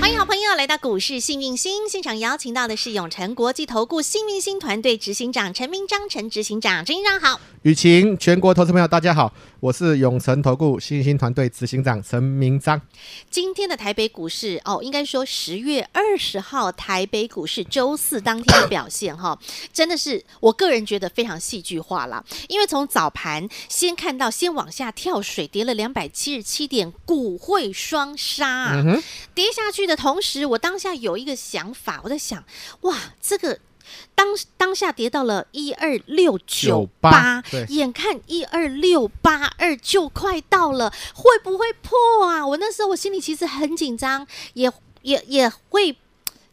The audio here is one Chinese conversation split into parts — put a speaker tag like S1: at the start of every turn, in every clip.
S1: 欢迎好朋友来到股市幸运星现场，邀请到的是永诚国际投顾幸运星团队执行长陈明章陈执行长，陈执行长好。
S2: 雨晴，全国投资朋友，大家好，我是永诚投顾新兴团队执行长陈明章。
S1: 今天的台北股市哦，应该说十月二十号台北股市周四当天的表现哈、真的是我个人觉得非常戏剧化啦。因为从早盘先看到先往下跳水，跌了两百七十七点，股会双杀、啊。
S2: 嗯哼，
S1: 跌下去的同时，我当下有一个想法，我在想，哇，这个当当下跌到了一二六九八
S2: 98对，
S1: 眼看一二六八二就快到了，会不会破啊？我那时候我心里其实很紧张，也也也会。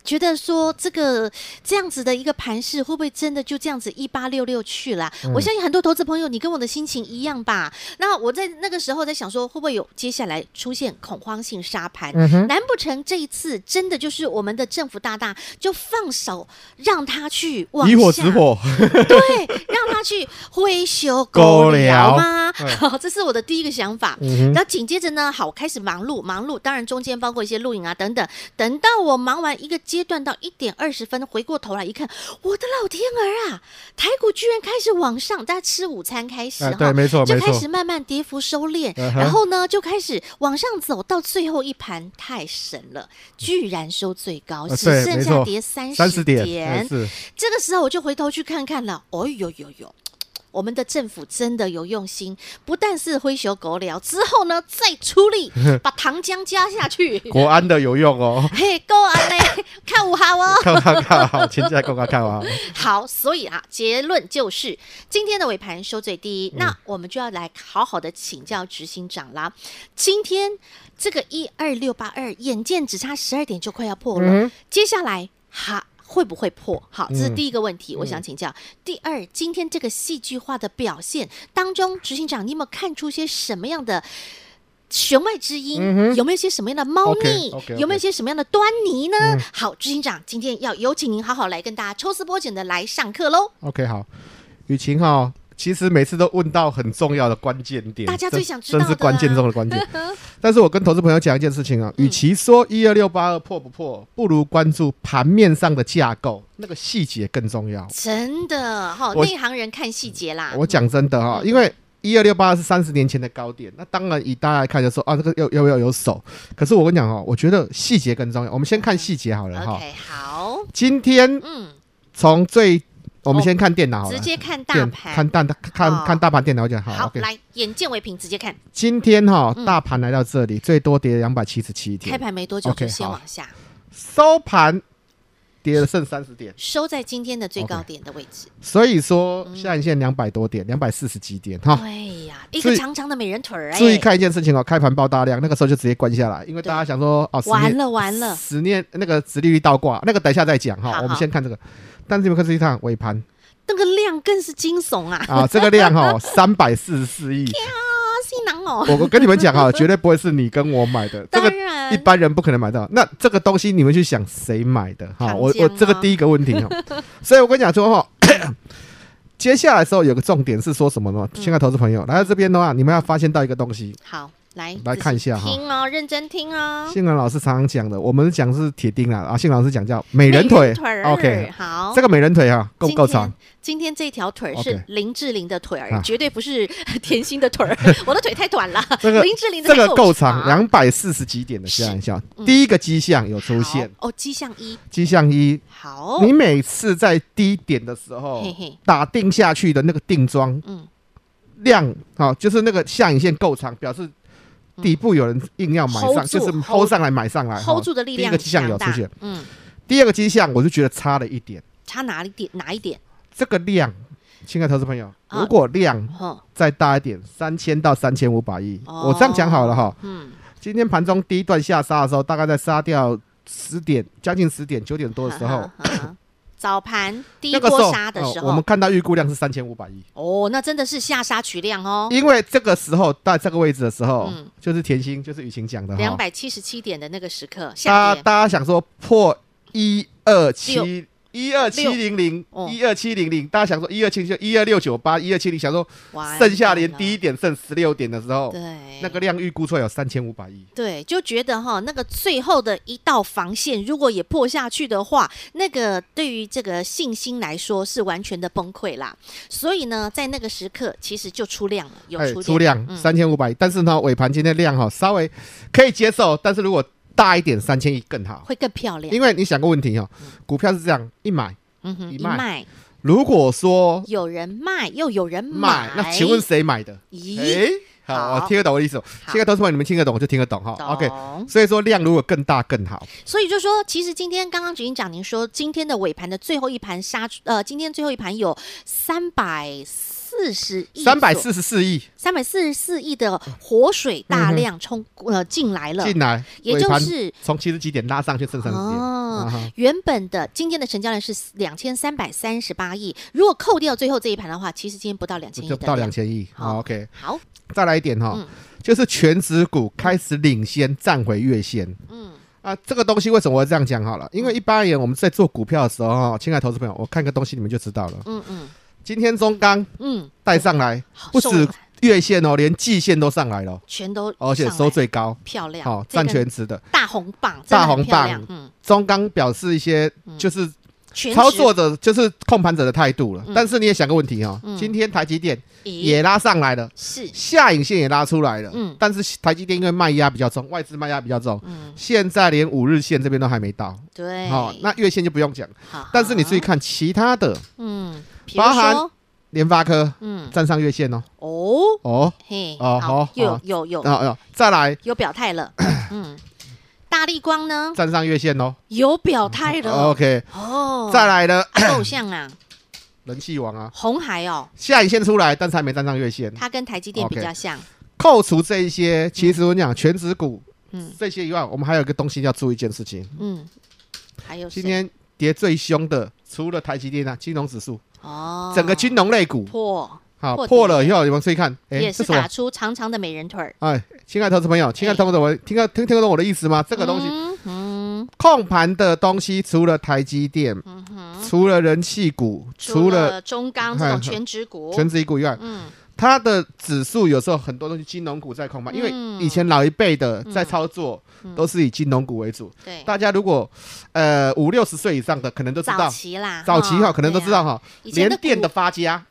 S1: 觉得说这个这样子的一个盘势，会不会真的就这样子一八六六去了啊、我相信很多投资朋友，你跟我的心情一样吧？那我在那个时候在想说，会不会有接下来出现恐慌性杀盘？难不成这一次真的就是我们的政府大大就放手让他去往
S2: 以火
S1: 下
S2: 止火，
S1: 对，让他去挥袖勾聊吗
S2: 勾？
S1: 啊好，这是我的第一个想法。
S2: 嗯
S1: 然后紧接着呢，好，开始忙碌，忙碌，当然中间包括一些录影啊等等。等到我忙完一个阶段到一点二十分，回过头来一看，我的老天儿啊，台股居然开始往上，大家吃午餐开始
S2: 哎
S1: 哈、
S2: 对没错
S1: 啊就
S2: 没
S1: 开
S2: 错
S1: 始慢慢跌幅收敛，
S2: 嗯哼
S1: 然后呢就开始往上走，到最后一盘太神了，居然收最高，
S2: 呃
S1: 只
S2: 对
S1: 剩
S2: 没
S1: 下
S2: 错
S1: 跌三
S2: 三十
S1: 十
S2: 点，哎是
S1: 这个时候我就回头去看看了，哦呦呦呦。我们的政府真的有用心，不但是挥手狗了之后呢，再出力把糖浆加下去，。
S2: 国安的有用哦
S1: 嘿，够啊嘞， 看五好哦。
S2: 看看看好，请假看看看哦好。
S1: 好，所以啊，结论就是今天的尾盘收最低，那我们就要来好好的请教执行长啦。今天这个一二六八二，眼见只差十二点就快要破了，
S2: 嗯
S1: 接下来哈。会不会破？好，这是第一个问题，我
S2: 嗯
S1: 想请教。第二，今天这个戏剧化的表现当中，执行长，你有没有看出些什么样的弦外之音？有没有些什么样的猫腻
S2: 嗯 OK，OK，OK 嗯
S1: 有没有一些什么样的端倪呢？好，执行长，今天要有请您好好来跟大家抽丝剥茧的来上课喽。
S2: OK，好，雨晴哈，其实每次都问到很重要的关键点，
S1: 大家
S2: 真
S1: 最想知道的啊
S2: 真是关键中的 关键。但是我跟投资朋友讲一件事情啊，
S1: 嗯
S2: 与其说一二六八二破不破，不如关注盘面上的架构，那个细节更重要。
S1: 真的哈，
S2: 我
S1: 内行人看细节啦。
S2: 我讲真的
S1: 嗯
S2: 哈、因为一二六八是三十年前的高点，那当然以大家来看就说啊，这个要要不要有手？可是我跟你讲哦，我觉得细节更重要。我们先看细节好了哈、
S1: 嗯 OK，好，
S2: 今天
S1: 嗯，
S2: 从最，我们先看电脑好了，
S1: 哦直接看大
S2: 电
S1: 盘。
S2: 看大看、
S1: 哦
S2: 看大盘电脑就好。
S1: 好，
S2: OK，
S1: 来眼见为凭，直接看。
S2: 今天哈、大盘来到这里，最多跌两百七十七
S1: 开
S2: 点，
S1: 盘没多久
S2: OK，
S1: 就先
S2: 好
S1: 往下，
S2: 收盘跌了剩三十点，
S1: 收在今天的最高
S2: OK
S1: 点的位置。
S2: 所以说
S1: 嗯
S2: 下影线两百多点，两百四十几点哈。
S1: 对呀，一
S2: 注
S1: 个
S2: 意
S1: 长长的美人腿儿哎，
S2: 注意看一件事情哦，开盘爆大量，那个时候就直接关下来，因为大家想说哦，十
S1: 完
S2: 年
S1: 了完了，
S2: 十年那个殖利率倒挂，那个等一下再讲
S1: 好
S2: 哈，
S1: 好
S2: 我们先看这个。但是你们看这一趟 尾盘
S1: 那个量更是惊悚 啊！
S2: 啊，这个量哈三百四十四 亿，
S1: 啊，新郎哦，
S2: 我我跟你们讲哈，绝 对不会是你跟我买的，这
S1: 当
S2: 个
S1: 然
S2: 一般人不可能买到。那这个东西你们去想谁买的哈？
S1: 糖
S2: 我
S1: 浆
S2: 我
S1: 啊
S2: 这个第一个问题哈， 所以我跟你讲说哈。 接下来的时候有个重点是说什么呢？
S1: 嗯
S2: 亲爱的投资朋友，来到这边的话，你们要发现到一个东西，
S1: 好，来
S2: 来
S1: 仔
S2: 看一
S1: 细
S2: 下哈
S1: 听哦，认真听哦。
S2: 信仁老师常常讲的，我们讲是铁钉啦，啊，信仁老师讲叫美人腿。
S1: 儿嗯
S2: OK，
S1: 好，
S2: 这个美人腿啊，够不够
S1: 今天
S2: 长？？
S1: 今天这条腿儿是
S2: OK
S1: 林志玲的腿儿，
S2: 啊
S1: 绝对不是 甜心的腿 儿，我的腿太短了。
S2: 这个
S1: 林志玲的
S2: 这个
S1: 腿
S2: 够长，两百四十几点的下影线，第一个迹象有出现，
S1: 嗯好哦，迹象一
S2: 迹象一，
S1: 好，
S2: 你每次在低点的时候
S1: 嘿嘿
S2: 打定下去的那个定妆
S1: 嗯
S2: 量，好，就是那个下影线够长，表示底部有人硬要买上，
S1: 嗯 Hold 住
S2: 就是
S1: hold-
S2: hold 上来买上来
S1: hold
S2: 哈
S1: 住的力
S2: 第一
S1: 量
S2: 个迹象有
S1: 强
S2: 出
S1: 大
S2: 现，，
S1: 嗯，
S2: 第二个迹象我就觉得差了一点。
S1: 差哪一点哪一点？
S2: 这个量，亲爱的投资朋友，
S1: 啊
S2: 如果量
S1: 哼，
S2: 再大一点，三千到三千五百亿，
S1: 哦
S2: 我这样讲好了哈。
S1: 嗯，
S2: 今天盘中第一段下杀的时候，大概在杀掉十点将近十点九点多的时候
S1: 呵，呵呵早 盘第一
S2: 那个时候
S1: 波杀的
S2: 哦
S1: 时
S2: 我
S1: 候
S2: 们，看到预估量是三千五百亿，
S1: 哦，那真的是下杀取量哦，
S2: 因为这个时候在这个位置的时候
S1: 嗯，
S2: 就是甜心就是雨晴讲的
S1: 两
S2: 哈，
S1: 百七十七点的那个时刻
S2: 大
S1: 下
S2: 家
S1: 跌，
S2: 哦大家想说破一二七。一二七零零
S1: 哦，
S2: 一二七零零，大家想说一二七就一二六九八，一二七零，想说
S1: 完
S2: 剩下连
S1: 蛋了
S2: 低一点剩十六点的时候，
S1: 对
S2: 那个量预估出来有三千五百亿。
S1: 对，就觉得哈，那个最后的一道防线如果也破下去的话，那个对于这个信心来说是完全的崩溃啦。所以呢，在那个时刻，其实就出量了，有
S2: 哎，
S1: 出量。
S2: 出量
S1: 嗯
S2: 三千五百，但是呢，尾盘今天量哈稍微可以接受，但是如果大一点三千亿更好，
S1: 会更漂亮。
S2: 因为你想个问题哦，股票是这样一买，
S1: 嗯哼，
S2: 一
S1: 一
S2: 卖
S1: 卖
S2: 如果说
S1: 有人卖，又有人
S2: 买，那请问谁买的？
S1: 咦，
S2: 哎，
S1: 好
S2: 好，我听得懂我的意思哦，现在投资朋友你们听得懂我就听得懂哈
S1: 懂。
S2: OK，所以说量如果更大更好，
S1: 所以就说，其实今天刚刚执行长您说，今天的尾盘的最后一盘杀出，呃，今天最后一盘有三百四十亿左，
S2: 三百四十四亿
S1: 三百四十四亿的活水大
S2: 嗯哼
S1: 量冲、呃进来了，
S2: 进来，
S1: 也
S2: 尾
S1: 就
S2: 盘
S1: 是
S2: 从七十几点拉上去剩三十点。
S1: 哦
S2: 啊哈
S1: 原本的今天的成交量是两千三百三十八亿，如果扣掉最后这一盘的话，其实今天不到两千亿
S2: 就
S1: 的
S2: 不到两
S1: 量。
S2: 千亿。
S1: 好
S2: 好，OK，
S1: 好，
S2: 再来一点哈、
S1: 嗯
S2: 就是全指股开始领先站回月线。
S1: 嗯，
S2: 啊，这个东西为什么我会这样讲好了？因为一般而言，我们在做股票的时候，哈，亲爱的投资朋友，我看个东西你们就知道了。
S1: 嗯嗯
S2: 今天中钢
S1: 嗯，
S2: 带上来，
S1: 好
S2: 不
S1: 收
S2: 止
S1: 盘
S2: 月线哦，连季线都上来了，
S1: 全都
S2: 而且
S1: 上
S2: 收
S1: 来
S2: 最高，
S1: 漂亮，
S2: 好，
S1: 这
S2: 占
S1: 根
S2: 全值的。
S1: 大红棒，
S2: 大
S1: 真的很
S2: 红
S1: 漂
S2: 棒
S1: 亮嗯，
S2: 中钢表示一些就是
S1: 全
S2: 操
S1: 值
S2: 作者就是控盘者的态度了
S1: 嗯。
S2: 但是你也想个问题哦，
S1: 嗯
S2: 今天台积电
S1: 咦
S2: 也拉上来了。
S1: 是
S2: 下影线也拉出来了，
S1: 嗯
S2: 但是台积电因为卖压比较重，外资卖压比较重，
S1: 嗯
S2: 现在连五日线这边都还没到，
S1: 对，
S2: 好、那月线就不用讲。
S1: 好
S2: 但是你注意
S1: 好
S2: 看其他的，
S1: 嗯，比如
S2: 包含
S1: 说
S2: 联发科
S1: 嗯
S2: 站上月线哦，
S1: 哦
S2: 哦
S1: 嘿
S2: 哦好
S1: 又
S2: 好
S1: 有有
S2: 哦哦，再来
S1: 有表态了，嗯，大力光呢
S2: 站上月线哦
S1: 有表态了
S2: ，OK，
S1: 哦，
S2: 再来了
S1: 啊偶像啊，
S2: 人气王啊，
S1: 红海哦，
S2: 下影线出来，但是还没站上月线。
S1: 它跟台积电比
S2: OK
S1: 较像，
S2: 扣除这一些，其实我讲全指股
S1: 嗯
S2: 这些以外，我们还有一个东西要注意一件事情，
S1: 嗯，还有谁
S2: 今天跌最凶的除了台积电啊，金融指数，
S1: 哦，
S2: 整个金融类股
S1: 破
S2: 好
S1: 破底
S2: 破了以后，你们注意看，哎，
S1: 也
S2: 这
S1: 是
S2: 什么
S1: 打？出长长的美人腿儿，
S2: 哎，亲爱的投资朋友，亲爱的投资朋友，我听得听听得懂我的意思吗？这
S1: 这
S2: 个东西
S1: 西，嗯
S2: 控盘的东西，除了台积电，
S1: 嗯哼，
S2: 除了人气股，除
S1: 除
S2: 了
S1: 了中 钢这种
S2: 嗨
S1: 全职股，
S2: 全指股以外，
S1: 嗯
S2: 它的指数有时候很多东西金融股在控盘，因为
S1: 嗯
S2: 以前老一辈的在操作
S1: 嗯
S2: 都是以金融股为主。
S1: 对。
S2: 大家如果呃五六十岁以上的，可能都知
S1: 早
S2: 道，
S1: 期啦，
S2: 早期哈可能都
S1: 对啊
S2: 知道哈，
S1: 以前
S2: 联
S1: 的股
S2: 电的 发家，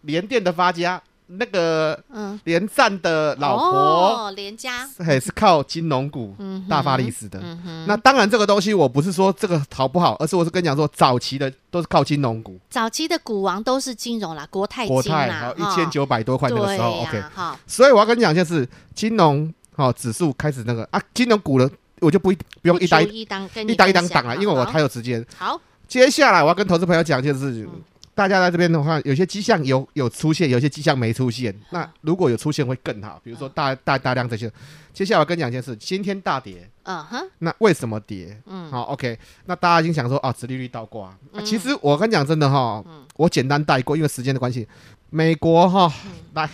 S2: 联电的发家，那个
S1: 嗯
S2: 联战的老婆
S1: 哦，连家，
S2: 还是靠金融股
S1: 嗯哼
S2: 大发利市的。
S1: 嗯哼，
S2: 那当然，这个东西我不是说这个好不好，而是我是跟你讲说，早期的都是靠金融股，
S1: 早期的股王都是金融啦，国泰
S2: 国
S1: 金
S2: 泰
S1: 啦，
S2: 好
S1: 哈
S2: 一千九百多块那个时候
S1: 对
S2: ，OK
S1: 呀。哈，
S2: 所以我要跟你讲，就是金融哦指数开始那个啊，金融股的我就不一不用一
S1: 单
S2: 单
S1: 一档跟你
S2: 一档一档
S1: 分享
S2: 挡啊，因为我
S1: 好
S2: 还有时间。
S1: 好，
S2: 接下来我要跟投资朋友讲一件事情
S1: 嗯，
S2: 大家在这边的话，有些迹象有有出现，有些迹象没出现。
S1: 嗯
S2: 那如果有出现会更好，比如说大大大量这些。接下来我跟你讲一件事，今天大跌，
S1: 嗯哼，
S2: 那为什么跌？
S1: 嗯，
S2: 好、o k 那大家已经想说啊，殖利率倒挂、啊。
S1: 嗯
S2: 其实我跟你讲真的哈，
S1: 嗯
S2: 我简单带过，因为时间的关系。美国哈、
S1: 嗯
S2: 来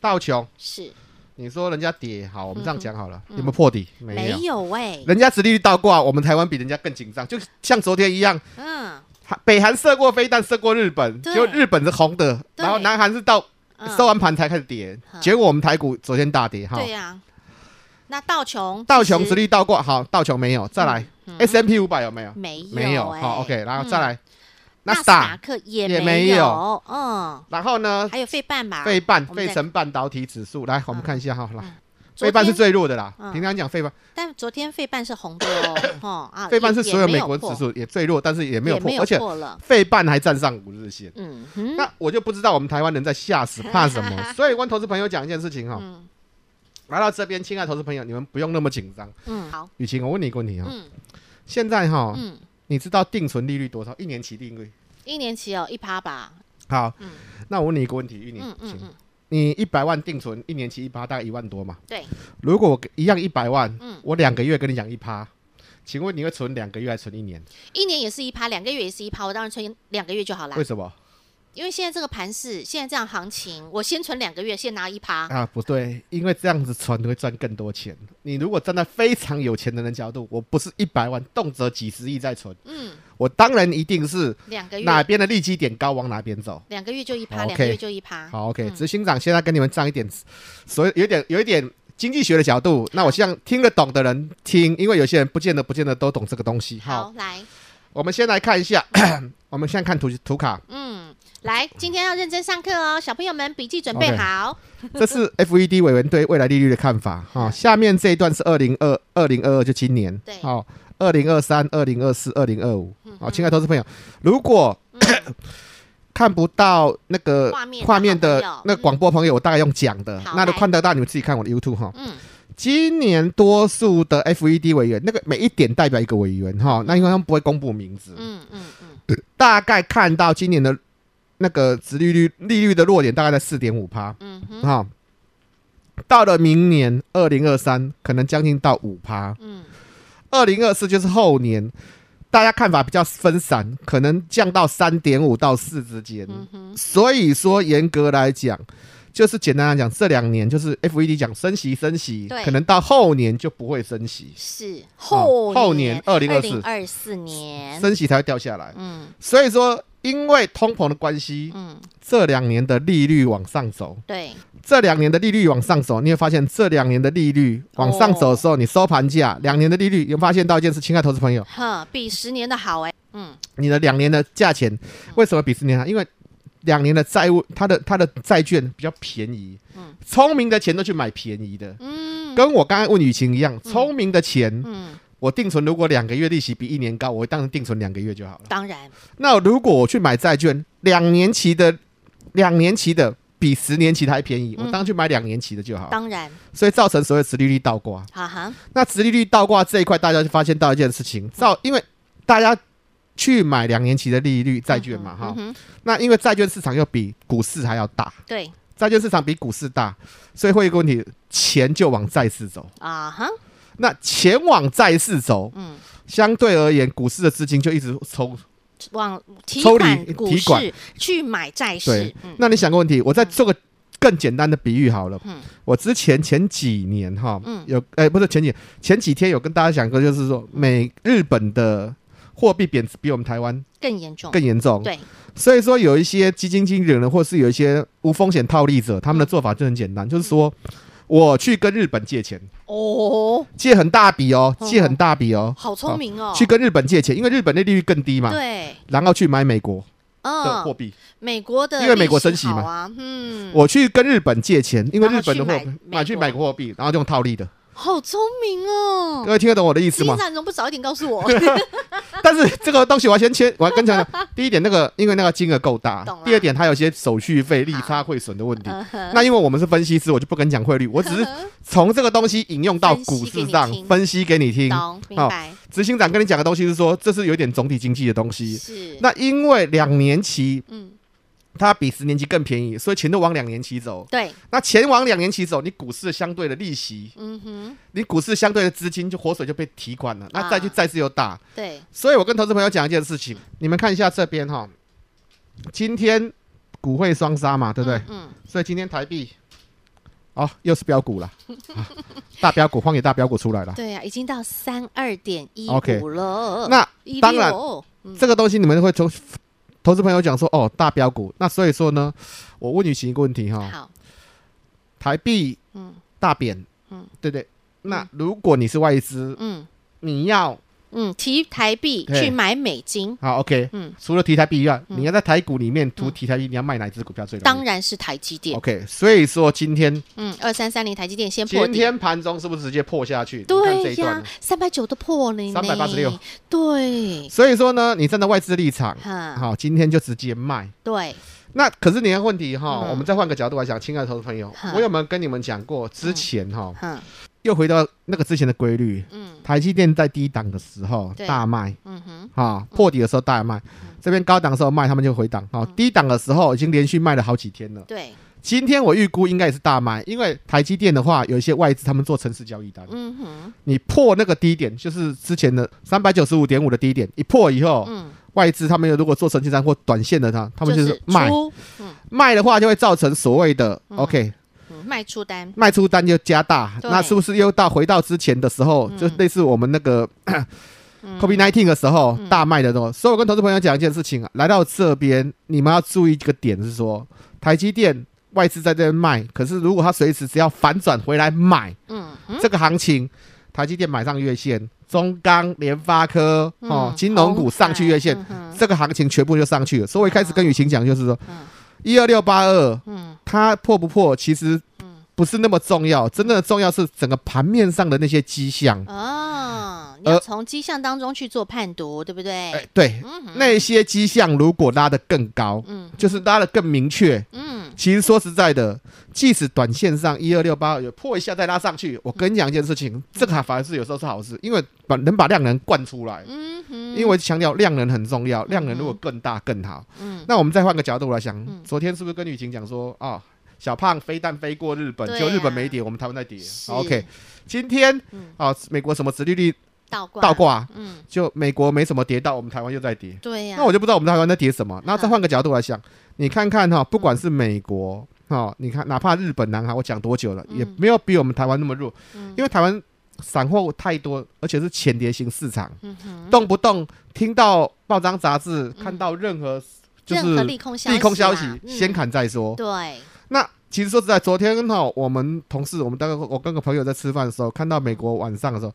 S2: 道琼，
S1: 是
S2: 你说人家跌，好，我们这样讲好了，
S1: 嗯
S2: 有没有破底？
S1: 没
S2: 有。
S1: 有喂，
S2: 人家殖利率倒挂，我们台湾比人家更紧张，就像昨天一样，
S1: 嗯
S2: 哈北韩射过飞弹，射过日本，
S1: 对
S2: 结果日本是红的，
S1: 对
S2: 然后南韩是到
S1: 嗯，
S2: 收完盘才开始跌，
S1: 嗯
S2: 结果我们台股昨天大跌哈。
S1: 对啊呀，那道琼，
S2: 道琼殖利率倒挂，好，道琼没有，再来
S1: 嗯
S2: S M P 五百有没有？
S1: 没有
S2: 没有，
S1: 哎
S2: 好，OK，然后再来，纳
S1: 纳
S2: 斯
S1: 斯
S2: 达
S1: 达，克也
S2: 也
S1: 没
S2: 没有
S1: 有，嗯，
S2: 然后呢，
S1: 还有费半吧，
S2: 啊费半
S1: 我们
S2: 费
S1: 再
S2: 城半导体指数，来，我们
S1: 嗯
S2: 看一下哈，来
S1: 嗯，昨
S2: 费半是
S1: 天
S2: 最弱的啦
S1: 嗯，
S2: 平常讲费半，
S1: 但昨天费半是红的 哦，哦啊，
S2: 费半是
S1: 也
S2: 所
S1: 也
S2: 有美
S1: 没
S2: 国
S1: 破
S2: 指数也最弱，但是也没有
S1: 也
S2: 破
S1: 没，有
S2: 而且
S1: 破了，
S2: 费半还站上五日线，
S1: 嗯哼，
S2: 那我就不知道我们台湾人在吓 死怕什么，所以我跟投资朋友讲一件事情哈，
S1: 嗯
S2: 来到这边，亲爱的投资朋友，你们不用那么紧张。
S1: 嗯，好，
S2: 雨晴，我问你一个问题啊、
S1: 嗯
S2: 现在哈、
S1: 嗯，
S2: 你知道定存利率多少？一年期定率？
S1: 一年期哦一趴吧，
S2: 好，
S1: 嗯
S2: 那我问你一个问题，玉宁，
S1: 嗯嗯
S2: 晴
S1: 嗯，
S2: 你一百万定存，一年期一趴，大概一万多嘛？
S1: 对，
S2: 如果我一样一百万，
S1: 嗯
S2: 我两个月跟你讲一趴，请问你会存两个月还是存一年？
S1: 一年也是一趴，两个月也是一趴，我当然存两个月就好啦
S2: 为。什么
S1: 因为现在这个盘势，现在这样行情，我先存两个月，先拿一趴。
S2: 啊？不对，因为这样子存会赚更多钱。你如果站在非常有钱的人角度，我不是一百万，动辄几十亿在存，
S1: 嗯，
S2: 我当然一定是
S1: 两个
S2: 哪
S1: 月，
S2: 边的利基点高往哪边走。
S1: 两个月就一趴，
S2: 好
S1: 两个月
S2: OK
S1: 就一趴。嗯
S2: 好，OK，执行长现在跟你们站一点，所以有一点有一点经济学的角度，那我希望听得懂的人听，因为有些人不见得不见得都懂这个东西。
S1: 好，，来，
S2: 我们先来看一 下，我们先看图图卡，
S1: 嗯，来，今天要认真上课哦，小朋友们笔记准备
S2: OK
S1: 好。
S2: 这是 FED 委员对未来利率的看法哈、下面这一段是二零二二零二二，就今年
S1: 嗯对，嗯
S2: 好，二零二三、二零二四、二零二五，好，亲爱的投资朋友，如果、 看不到那个
S1: 画面的
S2: 画面的
S1: 好朋友嗯
S2: 那广播朋友，我大概用讲的
S1: 好，
S2: 那都
S1: 来
S2: 看得到，你们自己看我的 YouTube 哈。
S1: 嗯，
S2: 今年多数的 FED 委员，那个每一点代表一个委员哈，那因为他们不会公布名字，
S1: 嗯嗯嗯，
S2: 大概看到今年的那个殖利率利率的落点大概在四点五趴，嗯哈，到了明年二零二三可能将近到五趴，嗯，二零二四就是后年，大家看法比较分散，可能降到三点五到四之间，所以说严格来讲。就是简单来讲，这两年就是 FED 讲升息升息
S1: 对，
S2: 可能到后年就不会升息，
S1: 是
S2: 好
S1: 后
S2: 哦后
S1: 年
S2: 年2024
S1: 二四年，
S2: 升息才会掉下来。
S1: 嗯
S2: 所以说，因为通膨的关系，
S1: 嗯，
S2: 这两年的利率往上走，
S1: 对，
S2: 这两年的利率往上走，你会发现这两年的利率往上走的时候，你收盘价两年的利率，你会发现到一件事，亲爱的投资朋友，
S1: 哼，比十年的好哎，嗯，
S2: 你的两年的价钱为什么比十年好？因为两年的债务，它的它的债券比较便宜，聪明的钱都去买便宜的，
S1: 嗯
S2: 跟我刚刚问雨晴一样，聪明的钱。
S1: 嗯，
S2: 我定存如果两个月利息比一年高，我当然定存两个月就好了。
S1: 当然，
S2: 那如果我去买债券，两年期的，两年期的比十年期的还便宜，我当然去买两年期的就好。
S1: 嗯当然，
S2: 所以造成所谓殖利率倒挂。
S1: 哈哈，
S2: 那殖利率倒挂这一块，大家就发现到一件事
S1: 嗯
S2: 情，造因为大家去买两年期的利率债券嘛，哈、
S1: 嗯哼，
S2: 那因为债券市场又比股市还要大，
S1: 对
S2: 债券市场比股市大，所以会有一个问题，钱就往债市走。
S1: 啊哈，
S2: 那钱往债市走，
S1: 嗯
S2: 相对而言，股市的资金就一直抽
S1: 往提
S2: 抽离
S1: 款股
S2: 提款
S1: 市去买债市
S2: 对，，
S1: 嗯
S2: 那你想个问题，我再做个更简单的比喻好了。
S1: 嗯
S2: 我之前前几年哈，
S1: 嗯
S2: 有哎、不是前几前几天有跟大家讲过，就是说美日本的货币贬值比我们台湾
S1: 更严重，
S2: 更严重。
S1: 哦对，
S2: 所以说有一些基金经理人或是有一些无风险套利者，他们的做法就很简单，就是说
S1: 嗯
S2: 我去跟日本借钱，
S1: 哦，
S2: 借很大笔哦，
S1: 哦
S2: 借很大笔哦，
S1: 好聪明哦，
S2: 去跟日本借钱，因为日本的利率更低嘛，
S1: 对，
S2: 然后去买美国的货
S1: 嗯，
S2: 币。
S1: 美国的
S2: 因为美国
S1: 历史
S2: 升息嘛
S1: 好啊，嗯，
S2: 我去跟日本借钱，因为
S1: 然后
S2: 日本的
S1: 去买
S2: 货
S1: 美
S2: 买去
S1: 国
S2: 买个货币，然后就用套利的。
S1: 好聪明哦
S2: 各。位听得懂我的意思
S1: 李
S2: 吗？
S1: 长，你怎么不早一点告诉 我？
S2: 但是这个东西我要先签，我要跟讲讲。第一点，那个因为那个金额够大
S1: 懂了；嗯
S2: 第二点，它有一些手续费、利差、汇损的问题。那因为我们是分析师，我就不跟你讲汇率，我只是从这个东西引用到股市上
S1: 分析给你听
S2: 分析给你听。
S1: 懂，明
S2: 好
S1: 白，
S2: 执行长跟你讲的东西是说，这是有点总体经济的东西。
S1: 是，
S2: 那因为两年期
S1: 嗯，
S2: 它比十年期更便宜，所以钱都往两年期走。
S1: 对，
S2: 那钱往两年期走，你股市相对的利息，
S1: 嗯哼，
S2: 你股市相对的资金就活水就被提款了，那再去
S1: 啊
S2: 债市又大，
S1: 对，
S2: 所以我跟投资朋友讲一件事情，你们看一下这边哈，今天股会双杀嘛，对不对？
S1: 嗯，
S2: 所以今天台币，哦，又是标 股了、啊大标股，荒野大标股出来了。
S1: 对啊，已经到三二点一
S2: OK
S1: 五了。
S2: 那
S1: 一
S2: 当然
S1: 六嗯
S2: 这个东西你们会从投资朋友讲说，哦，大标股，那所以说呢，我问雨晴一个问题哈，
S1: 好，
S2: 台币
S1: 嗯
S2: 大贬，
S1: 嗯
S2: 对不对？那如果你是外资，
S1: 嗯
S2: 你要
S1: 嗯，提台币
S2: 对
S1: 去买美金，
S2: 好 OK，
S1: 嗯，
S2: 除了提台币以外，你要在台股里面图提台币，你要卖哪一只股票最容易？
S1: 当然是台积电。
S2: OK，所以说今天
S1: 嗯，二三三零台积电先破
S2: 今
S1: 底。
S2: 天盘中是不是直接破下去？你看这
S1: 对
S2: 一
S1: 呀
S2: 段。，
S1: 三百九都破了呢，
S2: 386。
S1: 对，
S2: 所以说呢，你站在外资立场，
S1: 哈，
S2: 嗯好，今天就直接卖。
S1: 对，
S2: 那可是你的问题哈，
S1: 嗯
S2: 我们再换个角度来讲，亲爱的投资朋友
S1: 哈，
S2: 我有没有跟你们讲过之前哈，
S1: 哈，
S2: 又回到那个之前的规律，
S1: 嗯
S2: 台积电在低档的时候
S1: 对
S2: 大卖
S1: 嗯哼，
S2: 啊，破底的时候
S1: 嗯
S2: 大卖，这边高档的时候卖，他们就回档啊，低档的时候已经连续卖了好几天了，
S1: 对，
S2: 今天我预估应该也是大卖，因为台积电的话，有一些外资他们做城市交易单，
S1: 嗯哼，
S2: 你破那个低点，就是之前的三百九十五点五的低点，一破以后，
S1: 嗯，
S2: 外资他们如果做城市单或短线的他，他们
S1: 就
S2: 就是卖
S1: 出，
S2: 卖的话，就会造成所谓的、OK
S1: 嗯卖出单，
S2: 卖出单就加大，
S1: 对嗯
S2: 那是不是又到回到之前的时候，就类似我们那个 COVID nineteen 的时候、
S1: 嗯
S2: 大卖的时候？所以我跟投资朋友讲一件事情啊，来到这边你们要注意一个点是说，台积电外资在这边卖，可是如果它随时只要反转回来买，
S1: 嗯
S2: 这个行情，台积电买上月线，中钢、联发科哦，
S1: 嗯
S2: 金融股
S1: 红
S2: 上去月线，
S1: 嗯哼
S2: 这个行情全部就上去了。所以我一开始跟雨晴讲，就是说
S1: 嗯，
S2: 一二六八二，
S1: 嗯
S2: 它破不破其实不是那么重要，真正的重要是整个盘面上的那些迹
S1: 嗯
S2: 象。
S1: 哦，你要从迹象当中去做判读，对不
S2: 呃哎
S1: 对？，
S2: 对，
S1: 嗯哼
S2: 那些迹象如果拉得更高，
S1: 嗯
S2: 就是拉得更明确。
S1: 嗯
S2: 其实说实在的，即使短线上一二六八有破一下再拉上
S1: 嗯
S2: 去，我跟你讲一件事情，这个反而是有时候是好事，因为把能把量能灌出来。
S1: 嗯哼，
S2: 因为我强调量能很重要，量能如果更大更好。
S1: 嗯
S2: 那我们再换个角度来想
S1: 嗯，
S2: 昨天是不是跟雨晴讲说啊，小胖飞弹飞过日本，
S1: 对啊
S2: 就日本没跌，我们台湾在跌。
S1: 是
S2: 好 OK，今天
S1: 嗯
S2: 啊，美国什么殖利率
S1: 倒挂
S2: 倒，挂，
S1: 嗯，
S2: 就美国没什么跌到，我们台湾又在跌。
S1: 对啊嗯呀，
S2: 那我就不知道我们台湾在跌什么。那再换个角度来想，你看看哈，不管是美国哈，你看哪怕日本、南韩，我讲多久了，
S1: 嗯
S2: 也没有比我们台湾那么弱
S1: 嗯，
S2: 因为台湾散户太多，而且是浅碟型市场。
S1: 嗯哼，
S2: 动不动听到报章杂志，看到任何就
S1: 任何
S2: 是
S1: 利空消息啦，
S2: 利空消息，
S1: 嗯
S2: 先砍再说。
S1: 对，
S2: 那其实说实在，昨天哈，我们同事，我们大概我跟个朋友在吃饭的时候，看到美国晚上的时候，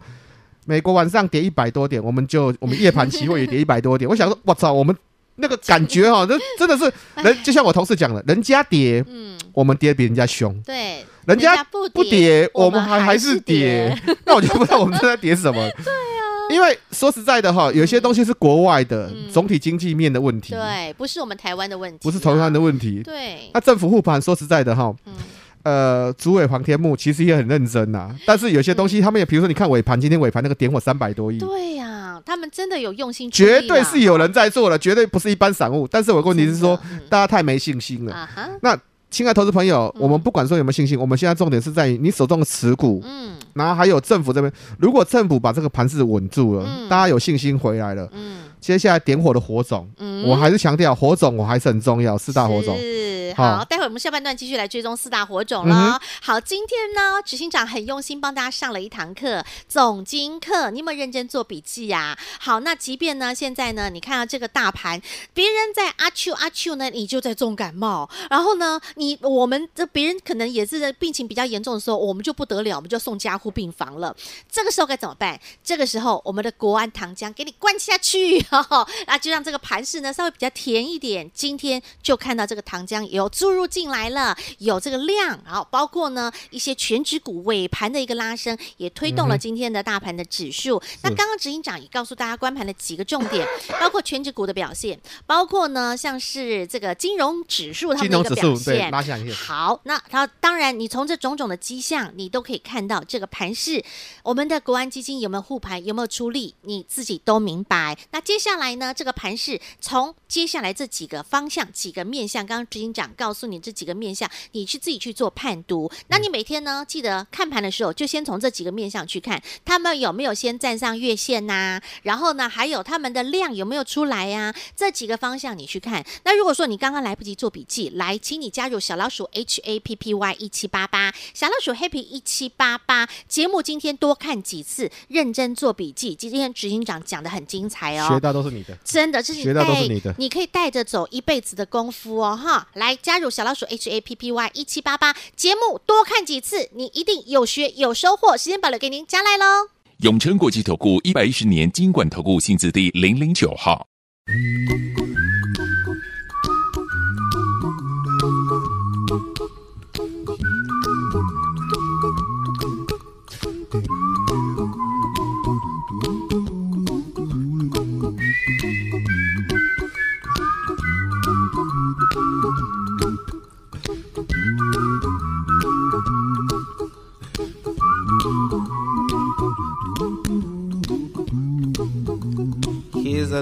S2: 美国晚上跌一百多点，我们就我们夜盘期货也跌一百多点，我 想说，我操，我们那个感觉哈，这真的是人，就像我同事讲的，人家跌，
S1: 嗯，
S2: 我们跌比人家凶，
S1: 对，
S2: 人家
S1: 不
S2: 不跌，我们还还是
S1: 是
S2: 跌，，
S1: 嗯
S2: 那我就不知道我们正在 跌什么。对啊，因为说实在的哈，有些东西是国外的
S1: 嗯
S2: 总体经济面的问题，，
S1: 对，不是我们台湾的问题，啊
S2: 不是台湾的，问题。
S1: 对，
S2: 那政府护盘，说实在的哈，
S1: 嗯
S2: 呃，主委黄天木其实也很认真呐，但是有些东西他们也，比如说你看尾盘，今天尾盘那个点火三百多亿。
S1: 对啊呀，他们真的有用心，啊
S2: 绝对是有人在做了，绝对不是一般散户。但是我问题是说，
S1: 真的嗯
S2: 大家太没信心了。
S1: 啊嗯哈，
S2: 亲爱的投资朋友，我们不管说有没有信心，我们现在重点是在于你手中的持股，
S1: 嗯
S2: 然后还有政府这边，如果政府把这个盘势稳住了，
S1: 嗯
S2: 大家有信心回来了，
S1: 嗯
S2: 接下来点火的火种，
S1: 嗯，
S2: 我还是强调火种，我还是很重要，四大火种。
S1: 是
S2: 好
S1: 好，待会儿我们下半段继续来追踪四大火种
S2: 嗯
S1: 喽。好，今天呢，执行长很用心帮大家上了一堂课，总经课，你有没有认真做笔记呀、好，那即便呢，现在呢，你看到这个大盘，别人在阿丘阿丘呢，你就在重感冒，然后呢，你我们这别人可能也是病情比较严重的时候，我们就不得了，我们就送加护病房了。这个时候该怎么办？这个时候，我们的国安糖浆给你灌下去， 哈、哈，那就让这个盘势呢稍微比较甜一点。今天就看到这个糖浆有注入进来了，有这个量，然后包括呢一些全指股尾盘的一个拉升，也推动了今天的大盘的指数。那刚刚执行长也告诉大家关盘的几个重点，包括全指股的表现，包括呢像是这个金融指数它
S2: 金
S1: 们的
S2: 融
S1: 一个
S2: 指
S1: 表
S2: 数对
S1: 现，
S2: 拉下影线，
S1: 好，那它当然，你从这种种的迹象，你都可以看到这个盘势，我们的国安基金有没有护盘，有没有出力，你自己都明白。那接下来呢，这个盘势从接下来这几个方向、几个面向，刚刚执行长告诉你这几个面向，你去自己去做判读。那
S2: 嗯
S1: 你每天呢，记得看盘的时候，就先从这几个面向去看，他们有没有先站上月线呐、然后呢，还有他们的量有没有出来呀、这几个方向你去看。那如果说你刚刚来不及做笔记，来，请你加入小老鼠 H A P P Y 一七八八，小老鼠 Happy 一七八八。节目今天多看几次，认真做笔记。今天执行长讲的很精彩哦，
S2: 学到都是你的。
S1: 真的，这是你
S2: 学到都是
S1: 带
S2: 你的
S1: 可以带着走一辈子的功夫哦，哈！来加入小老鼠 H A P P Y 一七八八节目，多看几次，你一定有学有收获。时间保留给您，加来喽。
S3: 永诚国际投顾一百一十年金管投顾新字第零零九号。
S4: Here's a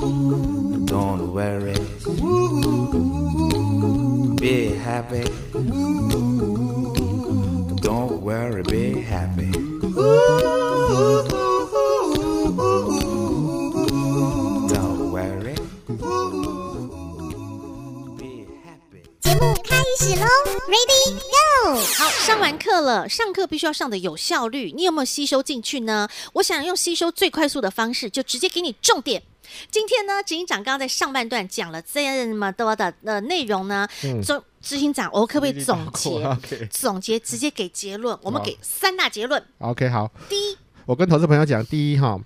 S4: Don't worry. Be happy. Don't worry, be happy. Don't worry. Be happy.
S5: 节目开始喽，Ready Go！
S1: 好，上完课了，上课必须要上的有效率，你有没有吸收进去呢？我想用吸收最快速的方式，就直接给你重点。今天呢，执行长刚刚在上半段讲了这么多的呃内容呢，
S2: 嗯
S1: 总执行长，我可不可以总结？
S2: OK
S1: 总结直接给结论，我们
S2: 啊好
S1: 给三大结论。
S2: OK，好，
S1: 第一，
S2: 我跟投资朋友讲，第一哈，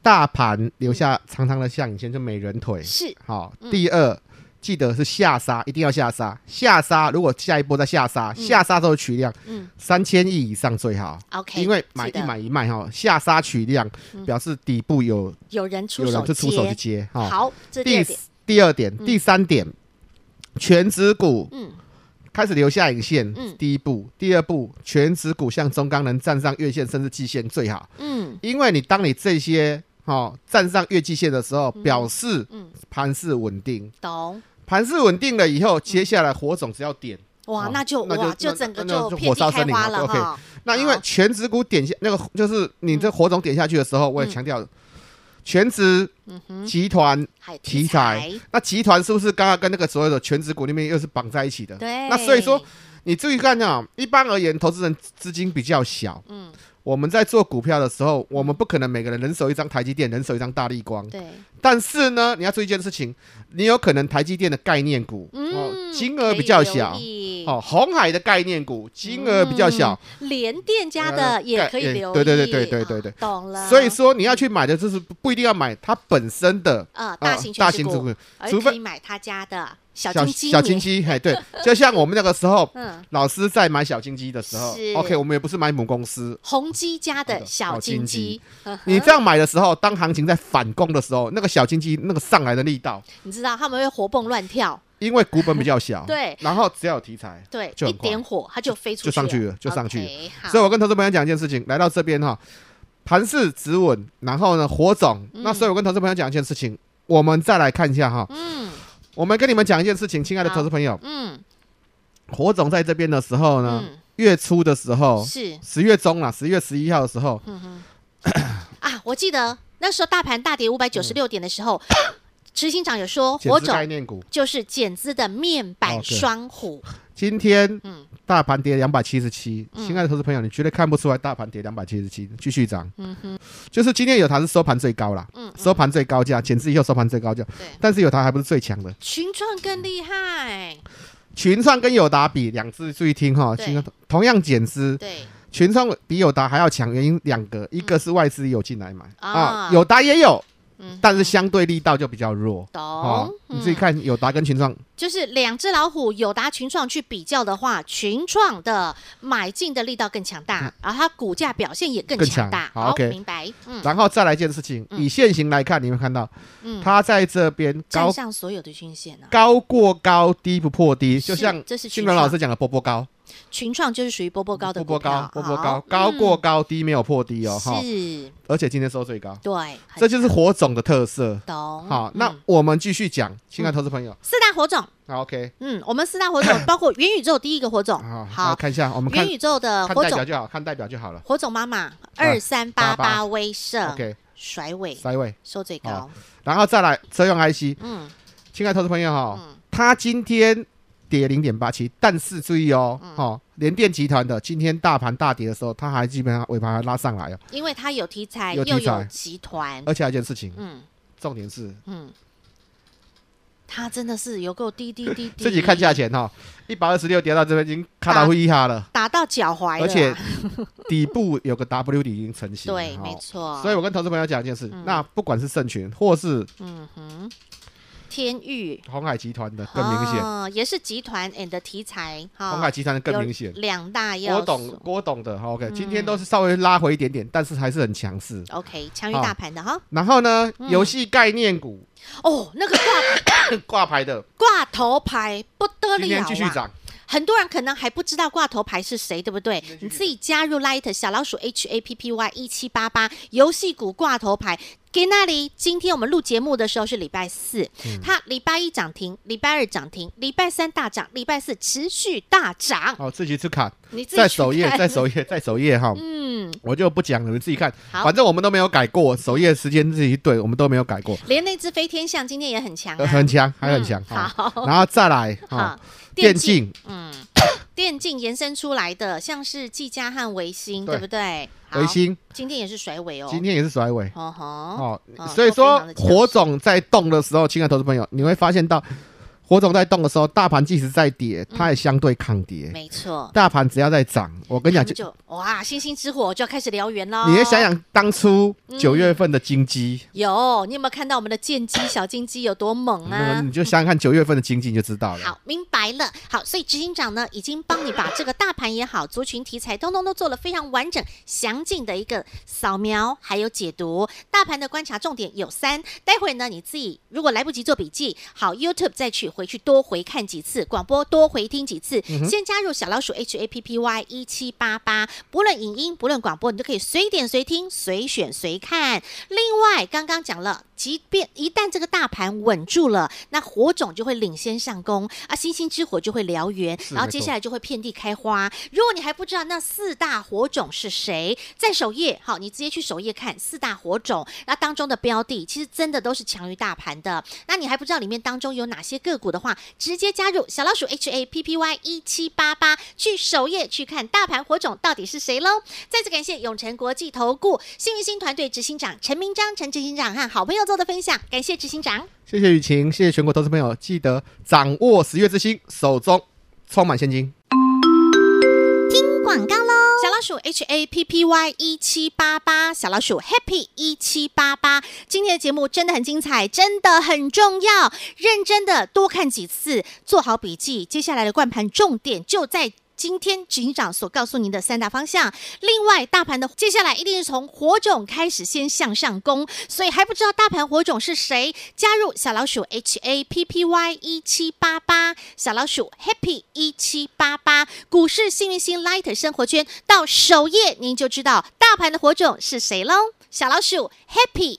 S2: 大盘留下长长的下影线，就美人腿
S1: 是嗯
S2: 好。第二，记得是下杀，一定要下杀，下杀。如果下一波再下杀，下杀之后取量，
S1: 嗯
S2: 三千亿以上最好。
S1: OK，
S2: 因为买
S1: 记
S2: 一
S1: 得
S2: 买一卖哈，下杀取量表示底部有
S1: 有人出
S2: 有人
S1: 手
S2: 就出手去
S1: 接，
S2: 接哈。
S1: 好，这第
S2: 第
S1: 二
S2: 四
S1: 点，
S2: 第二点，第三点，全指股
S1: 嗯
S2: 开始留下影线
S1: 嗯，
S2: 第一步，第二步，全指股向中钢能站上月线甚至季线最好，
S1: 嗯
S2: 因为你当你这些哦站上月季线的时候，表示
S1: 嗯
S2: 盘势稳定，
S1: 懂。
S2: 盘势稳定了以后，接下来火种只要点，
S1: 哇
S2: 好，
S1: 那就
S2: 那就
S1: 哇，就
S2: 那
S1: 整个
S2: 那那就
S1: 遍
S2: 火烧
S1: 地开
S2: 森林
S1: 花
S2: 了
S1: 了
S2: ，OK
S1: 哈。
S2: 那因为
S1: 好嗯
S2: 全指股点下那个就是你这火种点下去的时候，我也强调，全指
S1: 嗯
S2: 集团
S1: 还有
S2: 题
S1: 题
S2: 材
S1: 材，
S2: 那集团是不是刚刚跟那个所有的全指股里面又是绑在一起的？
S1: 对
S2: 那所以说，你注意看啊，一般而言，投资人资金比较小，
S1: 嗯，
S2: 我们在做股票的时候，我们不可能每个人人手一张台积电，人手一张大力光。
S1: 对，嗯
S2: 但是呢，你要注意一件事情，你有可能台积电的概念股，哦
S1: 嗯，
S2: 金额
S1: 可以
S2: 比较
S1: 留
S2: 小，
S1: 意嗯
S2: 哦，红海的概念股金额比较小，
S1: 连店家
S2: 呃
S1: 的也
S2: 盖
S1: 可以
S2: 也
S1: 留意，
S2: 对对对对对
S1: 啊
S2: 对对
S1: 懂了。
S2: 所以说你要去买的就是不不一定要买它本身的
S1: 呃，
S2: 呃
S1: 大型
S2: 大
S1: 全
S2: 型
S1: 职
S2: 指
S1: 股
S2: 股，，
S1: 而
S2: 除
S1: 可
S2: 非
S1: 以买他家的小
S2: 小
S1: 金鸡，
S2: 小金，鸡，嘿，对，就像我们那个时候，
S1: 嗯，
S2: 老师在买小金鸡的时候
S1: 是
S2: ，OK，我们也不是买母公司。
S1: 红鸡家的小金鸡，
S2: 你这样买的时候，当行情在反攻的时候，那个小金鸡那个上来的力道，
S1: 你知道他们会活蹦乱跳，
S2: 因为股本比较小，
S1: 对
S2: 然后只要有题材，
S1: 对，
S2: 就
S1: 一
S2: 很快
S1: 点火它就飞出
S2: 就上去了，就上去了。所以
S1: 以
S2: 我跟投资朋友讲一件事情，来到这边哈，盘势止稳，然后呢火种，那所以我跟投资朋友讲一件事情，我们再来看一下哈，
S1: 嗯
S2: 我们跟你们讲一件事情，亲爱的
S1: 好
S2: 投资朋友，
S1: 嗯
S2: 火种在这边的时候呢，
S1: 嗯，
S2: 月初的时候，
S1: 是
S2: 十月中啦，十月十一号的时候，
S1: 啊，我记得那时候大盘大跌五百九十六点的时候，执行长有说
S2: 嗯减
S1: 火
S2: 资概
S1: 种
S2: 念股，
S1: 就是减资的面
S2: 哦
S1: 板
S2: 对
S1: 双虎，
S2: 今天
S1: 嗯
S2: 大盘跌两百七十七，亲爱的投资朋友，你绝对看不出来大盘跌两百七十七，继续涨。嗯哼，就是今天有台是收盘最高啦，
S1: 嗯
S2: 收盘最高价，减资以后收盘最高价，
S1: 对，
S2: 但是有台还不是最强的。
S1: 群创更厉害，
S2: 群创跟友达比，两次注意听哈，
S1: 对
S2: 群创同样减资，
S1: 对，嗯
S2: 群创比友达还要强，原因两个，一个是外资有进来买
S1: 啊
S2: 啊，友达也有，
S1: 嗯，
S2: 但是相对力道就比较弱。啊
S1: 懂，
S2: 哦你自己
S1: 嗯
S2: 看友达跟群创
S1: 就是两只老虎友达群创去比较的话，群创的买进的力道更强大，然后它股价表现也更
S2: 嗯更
S1: 强
S2: 强
S1: 大。
S2: 好，OK
S1: 明白。嗯
S2: 然后再来一件事情，以现行来看，你会看到
S1: 嗯，
S2: 它在这边
S1: 站
S2: 高
S1: 上所有的均线呢、啊，
S2: 高过高，低不破低，
S1: 是
S2: 就像
S1: 这是
S2: 新
S1: 群
S2: 荣
S1: 创
S2: 老师讲的波波高，
S1: 群创就是属于波波高的
S2: 波波
S1: 股
S2: 高
S1: 票，，
S2: 波波
S1: 好嗯
S2: 高，高过高，低没有破低哦，哈，
S1: 是，
S2: 而且今天收最高，
S1: 对，很
S2: 这就是火种的特色。
S1: 懂。
S2: 好，
S1: 嗯
S2: 那我们继续讲，亲爱的投资朋友，
S1: 四大火种，
S2: 好，OK，
S1: 嗯，我们四大火 种包括元宇宙第一个火种，
S2: 好，来
S1: 好，
S2: 看一下，我们看
S1: 元宇宙的
S2: 看
S1: 火
S2: 代表
S1: 种，
S2: 就好，看代表就好了。
S1: 火种妈妈二三八八威盛
S2: OK，
S1: 甩尾
S2: 塞位，
S1: 收最高
S2: 好，然后再来车用 IC，
S1: 嗯
S2: 亲爱的投资朋友哈
S1: 嗯，
S2: 它今天跌零点八七，但是注意哦，
S1: 嗯
S2: 哦，联电集团的今天大盘大跌的时候，它还基本上尾盘还拉上来哦。
S1: 因为它有题材，
S2: 有题
S1: 又
S2: 材呃
S1: 有集团，
S2: 而且还有一件事情，
S1: 嗯
S2: 重点是
S1: 嗯，它真的是有够滴滴滴滴，
S2: 自己看价钱哈，一百二十六跌到这边已经卡到一哈了，
S1: 打到脚踝了啊，
S2: 而且底部有个 W 底已经成型了，
S1: 对，
S2: 哦
S1: 没。错，嗯
S2: 所以我跟投资朋友讲一件事，那不管是盛群或是
S1: 嗯哼，天域
S2: 红海集团的更明显，
S1: 哦也是集团 and 题材哈。
S2: 红海集团的更明
S1: 有
S2: 显。
S1: 两大要嗯
S2: 郭
S1: 素。
S2: 董，郭董的好 OK，今天都是稍微拉回一点点，但是还是很强势。
S1: OK，强于
S2: 好
S1: 大盘的哈。
S2: 然后呢，
S1: 嗯
S2: 游戏概念股
S1: 哦，那个挂
S2: 挂牌的
S1: 挂 头牌不得
S2: 今
S1: 了
S2: 天
S1: 啊！
S2: 继续涨，
S1: 很多人可能还不知道挂头牌是谁，对不对？你自己加入 Light 小老鼠 H A P P Y 一七八八游戏股挂头牌。给那里，今天我们录节目的时候是礼拜四，
S2: 嗯
S1: 它礼拜一涨停，礼拜二涨停，礼拜三大涨，礼拜四持续大涨。
S2: 哦，自己去看，
S1: 你自己
S2: 在
S1: 去
S2: 首页，
S1: 看
S2: 在首页，在首页哈，
S1: 嗯，
S2: 我就不讲了，你们自己看，
S1: 好
S2: 反正我们都没有改过，首页时间自己对，我们都没有改过，
S1: 连那只飞天象今天也很强、啊
S2: 呃 很强，还很强，
S1: 嗯
S2: 哈
S1: 好
S2: 然后再来哈
S1: 好，电
S2: 电竞
S1: 竞嗯，电竞延伸出来的，像是技嘉和维新，
S2: 对
S1: 对不对？好
S2: 维新
S1: 今天也是甩尾哦，
S2: 今天也是甩尾。
S1: 哦吼，
S2: 哦
S1: 嗯，
S2: 所以
S1: 都非
S2: 说
S1: 常地强势
S2: 火种在动的时候，亲爱的投资朋友，你会发现到火种在动的时候，大盘即使在跌，它也相对抗跌。
S1: 没错。
S2: 大盘只要在涨，我跟你
S1: 他
S2: 讲，
S1: 们
S2: 就
S1: 就哇，星星之火就要开始燎原喽。
S2: 你也想，想当初
S1: 嗯
S2: 九月份的金鸡，
S1: 有你有没有看到我们的剑姬小金鸡有多猛
S2: 那
S1: 啊
S2: 么？你就想想看九月份的经济你就知道了。
S1: 好，明白了。好，所以执行长呢，已经帮你把这个大盘也好，族群题材通通都做了非常完整、详尽的一个扫描，还有解读。大盘的观察重点有三，待会呢你自己如果来不及做笔记，好 YouTube 再去回去多回看几次，广播多回听几次，先加入小老鼠 H A P P Y 一七八八，不论影音，不论广播，你都可以随点随听、随选随看。另外，刚刚讲了，即便一旦这个大盘稳住了，那火种就会领先上攻啊，星星之火就会燎原，
S2: 是
S1: 然后
S2: 没
S1: 接
S2: 错
S1: 下来就会遍地开花。如果你还不知道那四大火种是谁，在首页，好，你直接去首页看四大火种，那当中的标的其实真的都是强于大盘的。那你还不知道里面当中有哪些个股的话，直接加入小老鼠 H A P P Y 一七八八去首页去看大盘火种到底是谁喽。再次感谢永诚国际投顾幸运星团队执行长陈明章、陈执行长和好朋友做的分享，感谢执行长。
S2: 谢谢雨晴，谢谢全国投资朋友，记得掌握十月之星，手中充满现金。
S5: 广告喽。
S1: 小老鼠 H A P P Y 一七八八，小老鼠 Happy 一七八八。今天的节目真的很精彩，真的很重要，认真的多看几次，做好笔记。接下来的灌盘重点就在。今天执行长所告诉您的三大方向，另外大盘的接下来一定是从火种开始先向上攻，所以还不知道大盘火种是谁，加入小老鼠 H A P P Y 一七八八，小老鼠 Happy 一七八八，股市幸运星 Light 生活圈到首页您就知道大盘的火种是谁喽，小老鼠 Happy